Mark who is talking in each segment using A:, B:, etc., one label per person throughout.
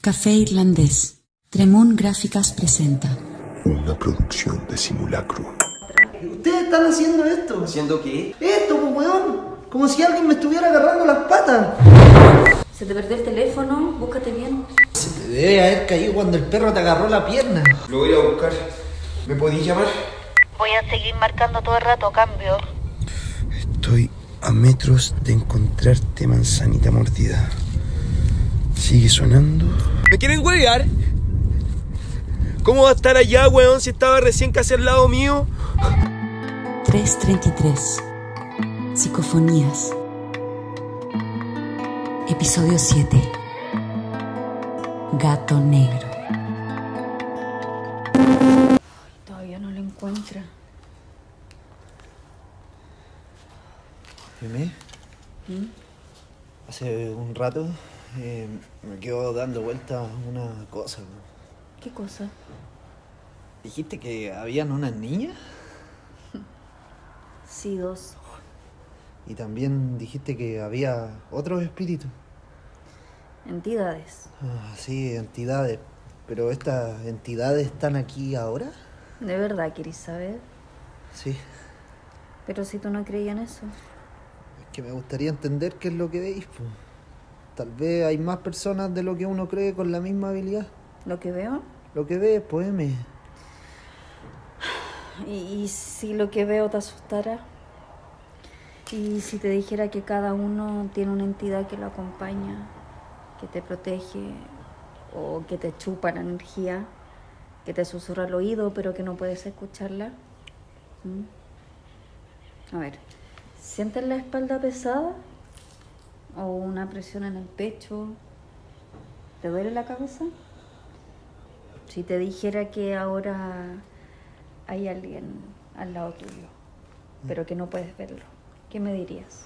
A: Café Irlandés. Tremón Gráficas presenta.
B: Una producción de simulacro.
C: Ustedes están haciendo esto.
D: ¿Haciendo qué?
C: Esto, pues, weón. Como si alguien me estuviera agarrando las patas.
E: Se te perdió el teléfono, búscate bien.
C: Se te debe haber caído cuando el perro te agarró la pierna.
D: Lo voy a ir a buscar. ¿Me podéis llamar?
F: Voy a seguir marcando todo el rato, cambio.
G: Estoy a metros de encontrarte, manzanita mordida. Sigue sonando.
H: ¿Me quieren huevear? ¿Cómo va a estar allá, weón, si estaba recién casi al lado mío?
A: 333. Psicofonías. Episodio 7. Gato Negro.
E: Todavía no lo encuentra.
I: Meme,
C: ¿Mm?
I: hace un rato eh, me quedo dando vueltas una cosa. ¿no?
E: ¿Qué cosa?
I: Dijiste que habían unas niñas
E: Sí, dos.
I: y también dijiste que había otros espíritus,
E: Entidades.
I: Ah, sí, entidades. Pero estas entidades están aquí ahora,
E: De verdad querís saber.
I: sí.
E: Pero si tú no creías en eso.
I: Es que me gustaría entender qué es lo que veis. po. Tal vez hay más personas de lo que uno cree con la misma habilidad.
E: Lo que veo.
I: Lo que ves, poeme.
E: Y, y si lo que veo te asustara. Y si te dijera que cada uno tiene una entidad que lo acompaña, que te protege, o que te chupa la energía, que te susurra al oído, pero que no puedes escucharla. ¿Mm? A ver, ¿sientes la espalda pesada? ¿O una presión en el pecho? ¿Te duele la cabeza? Si te dijera que ahora hay alguien al lado tuyo, pero que no puedes verlo, ¿qué me dirías?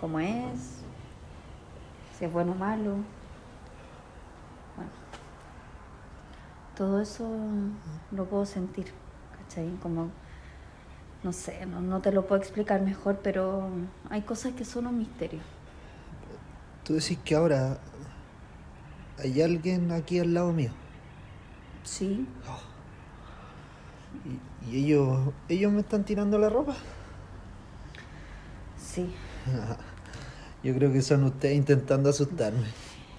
E: ¿Cómo es? ¿Si es bueno o malo? Bueno, todo eso lo puedo sentir, ¿cachai? Como, no sé, no, no te lo puedo explicar mejor, pero hay cosas que son un misterio.
I: Tú decís que ahora hay alguien aquí al lado mío.
E: Sí,
I: Y, y ellos, ellos me están tirando la ropa.
E: sí.
I: Yo creo que son ustedes intentando asustarme.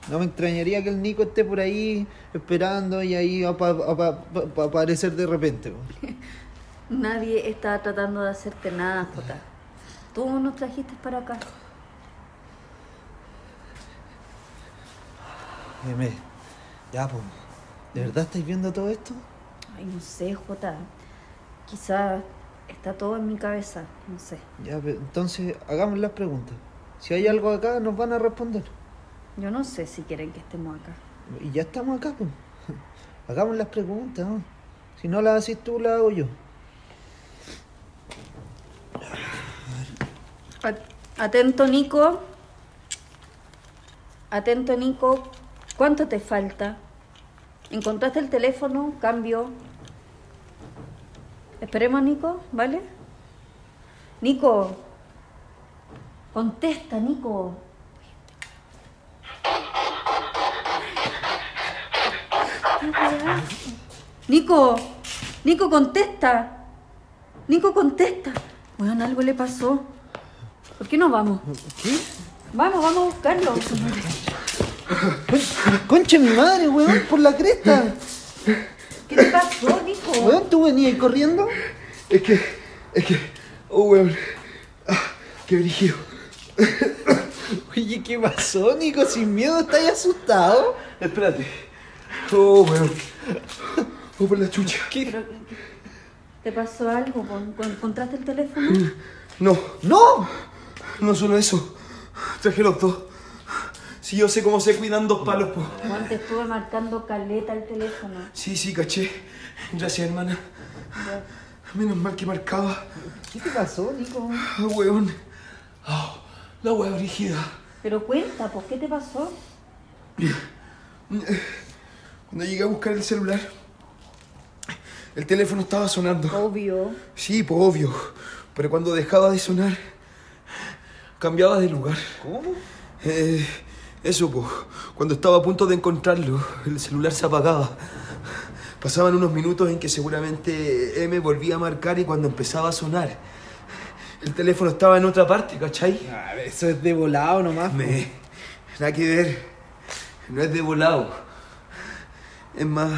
I: No me extrañaría que el Nico esté por ahí esperando y ahí va a aparecer de repente. po.
E: Nadie está tratando de hacerte nada, Jota. Tú nos trajiste para acá.
I: Dime, ya, pues, ¿de verdad estáis viendo todo esto?
E: Ay, no sé, Jota. Quizá está todo en mi cabeza, no sé.
I: Ya, pe- entonces hagamos las preguntas. Si hay algo acá, nos van a responder.
E: Yo no sé si quieren que estemos acá.
I: Y ya estamos acá, pues. Hagamos las preguntas. ¿no? Si no las haces tú, las hago yo.
E: At- Atento, Nico. Atento, Nico. ¿Cuánto te falta? ¿Encontraste el teléfono? Cambio. Esperemos, Nico, ¿vale? Nico. Contesta, Nico. Nico, Nico, contesta. Nico, contesta. Bueno, algo le pasó. ¿Por qué no vamos?
I: ¿Qué?
E: Vamos, vamos a buscarlo.
I: Con- Concha de mi madre, weón, por la cresta.
E: ¿Qué te pasó, Nico?
I: Weón, tú venías corriendo.
D: Es que. Es que. Oh, weón. Ah, qué brígido.
I: Oye, ¿qué pasó, Nico? Sin miedo, ¿estás asustado?
D: Espérate. Oh, weón. Oh, por la chucha.
E: Pero, ¿Te pasó algo? ¿Con- con- ¿Encontraste el teléfono?
D: No,
I: ¡No!
D: no solo eso. Traje los dos. Si yo sé cómo se cuidan dos palos, po.
E: Juan, te estuve marcando caleta el teléfono.
D: Sí, sí, caché. Gracias, hermana. Menos mal que marcaba.
I: ¿Qué te pasó, Nico?
D: Ah, weón. Ah, la weá brígida.
E: Pero cuenta, ¿por qué te pasó?
D: Cuando llegué a buscar el celular, el teléfono estaba sonando.
E: Obvio.
D: Sí, pues obvio. Pero cuando dejaba de sonar, cambiaba de lugar.
I: ¿Cómo?
D: Eh, Eso, po. Cuando estaba a punto de encontrarlo, el celular se apagaba. Pasaban unos minutos en que seguramente M volvía a marcar y cuando empezaba a sonar, el teléfono estaba en otra parte, ¿cachai?
I: Ah, Eso es de volado nomás. po.
D: Me. Nada que ver. No es de volado. Es más.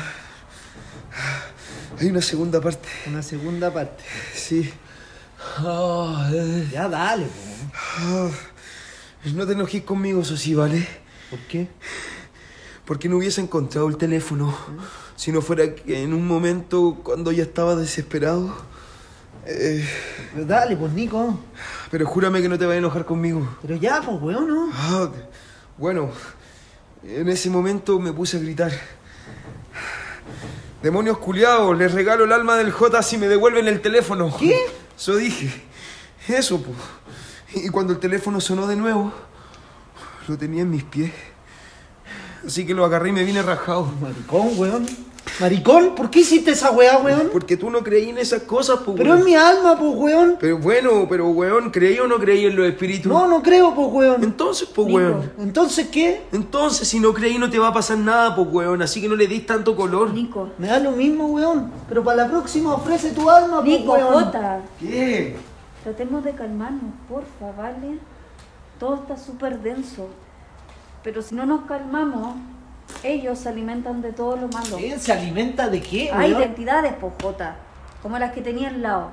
D: Hay una segunda parte.
I: Una segunda parte.
D: Sí. Ah, eh.
I: Ya dale, po.
D: Ah. No te enojes conmigo, eso sí, ¿vale?
I: ¿Por qué?
D: Porque no hubiese encontrado el teléfono si no fuera que en un momento cuando ya estaba desesperado. eh,
I: Pero dale, pues Nico.
D: pero júrame que no te vas a enojar conmigo.
I: Pero ya, pues weón, ¿no?
D: Ah, bueno, en ese momento me puse a gritar. Demonios culiados, les regalo el alma del J si me devuelven el teléfono.
I: ¿Qué?
D: Eso dije. Eso, po. Y cuando el teléfono sonó de nuevo, lo tenía en mis pies. Así que lo agarré y me vine rajado.
I: Maricón, weón. Maricón, ¿por qué hiciste esa weá, weón?
D: Porque tú no creí en esas cosas, po.
I: Pero
D: weón.
I: es mi alma, pues weón.
D: Pero bueno, pero weón, ¿creí o no creí en los espíritus?
I: No, no creo, pues weón.
D: Entonces, po,
E: Nico.
D: weón.
I: Entonces, ¿qué?
D: Entonces, si no creí, no te va a pasar nada, pues, weón. Así que no le des tanto color.
E: Nico,
I: Me da lo mismo, weón. Pero para la próxima ofrece tu alma, pues
E: Nico,
I: weón.
E: Jota,
D: ¿Qué?
E: tratemos de calmarnos, porfa, ¿vale? Todo está súper denso. Pero si no nos calmamos, ellos se alimentan de todo lo malo.
I: ¿Qué? ¿Se alimenta de qué,
E: Hay
I: weón?
E: identidades, po, Jota, como las que tenía al lado.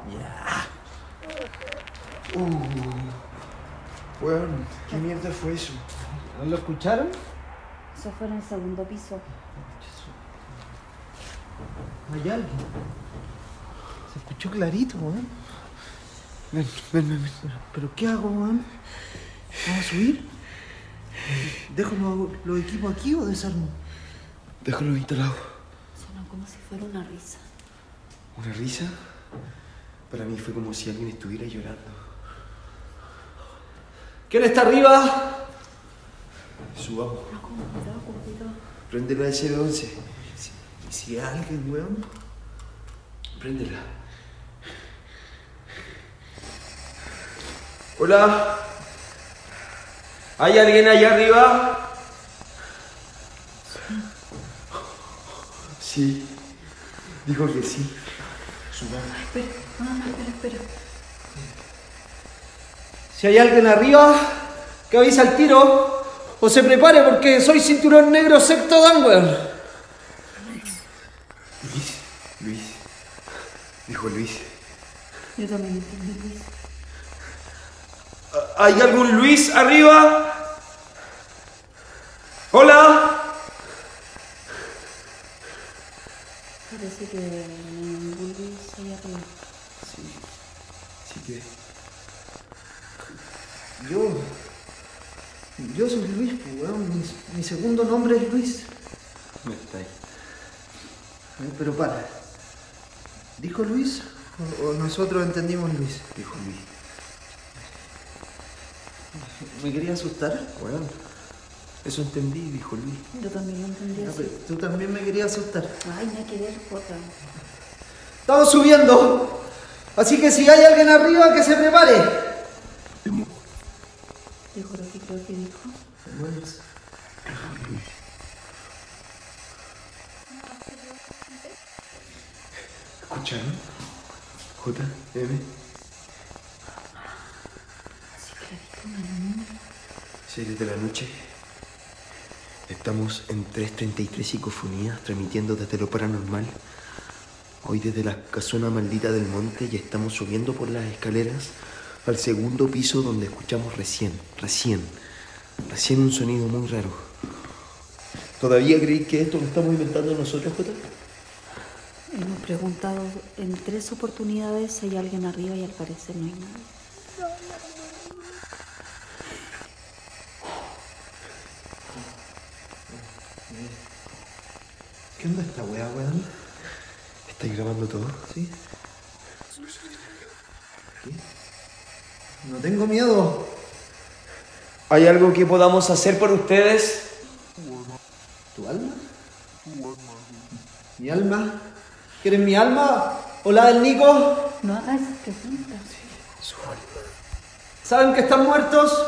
D: Weón, ¿qué mierda fue eso?
I: ¿No lo escucharon?
E: Eso fue en el segundo piso.
I: Hay alguien. Se escuchó clarito, weón.
D: Ven, ven, ven. ven.
I: Pero, pero ¿qué hago, weón? ¿Vamos a subir? ¿Dejo los, los equipos aquí o desarmo?
D: Déjalo instalado.
E: Sonó como si fuera una risa.
D: ¿Una risa? Para mí fue como si alguien estuviera llorando. ¿Quién está arriba? Subamos. Prende la S11. Si, si alguien, weón. Préndela. Hola. ¿Hay alguien allá arriba? Sí. Dijo que sí. Subamos.
I: Si hay alguien arriba, que avise al tiro. O se prepare porque soy cinturón negro sexto dan, weón.
D: Luis, Luis. Dijo Luis.
E: Yo también entendí, Luis.
D: ¿Hay algún Luis arriba? Hola.
E: Parece que ningún Luis había tenido.
D: Sí que.
I: Yo. Yo soy Luis, pues, weón. Mi, mi segundo nombre es Luis.
D: Me está ahí.
I: Eh, Pero para. ¿Dijo Luis? O, o nosotros entendimos Luis?
D: Dijo Luis.
I: ¿Me quería asustar?
D: Bueno. Eso entendí, dijo Luis.
E: Yo también lo entendí.
I: Ah,
E: así.
I: pero Tú también me querías asustar.
E: Ay, nada que ver, Jota.
I: Estamos subiendo. Así que si hay alguien arriba, que se prepare.
E: Te juro que creo que dijo.
D: ¿Escucharon? J, M. Series de la noche. Estamos en 333 Psicofonías, transmitiendo desde lo paranormal. Hoy desde la casona maldita del monte y estamos subiendo por las escaleras al segundo piso donde escuchamos recién, recién, recién un sonido muy raro. ¿Todavía creéis que esto lo estamos inventando nosotros, Jota?
E: Hemos preguntado en tres oportunidades si hay alguien arriba y al parecer no hay nadie.
I: ¿Qué onda esta weá, weón?
D: ¿Estáis grabando todo?
I: ¿Sí? No tengo miedo.
D: ¿Hay algo que podamos hacer por ustedes?
I: ¿Tu alma? ¿Mi alma? ¿Quieres mi alma? ¿Hola del Nico?
E: No ah, hagas esas preguntas.
I: ¿Saben que están muertos?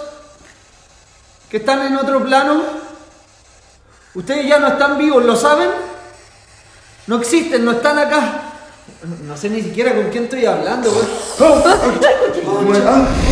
I: que están en otro plano. Ustedes ya no están vivos, ¿lo saben? No existen, no están acá. No sé ni siquiera con quién estoy hablando, güey.
J: Ah,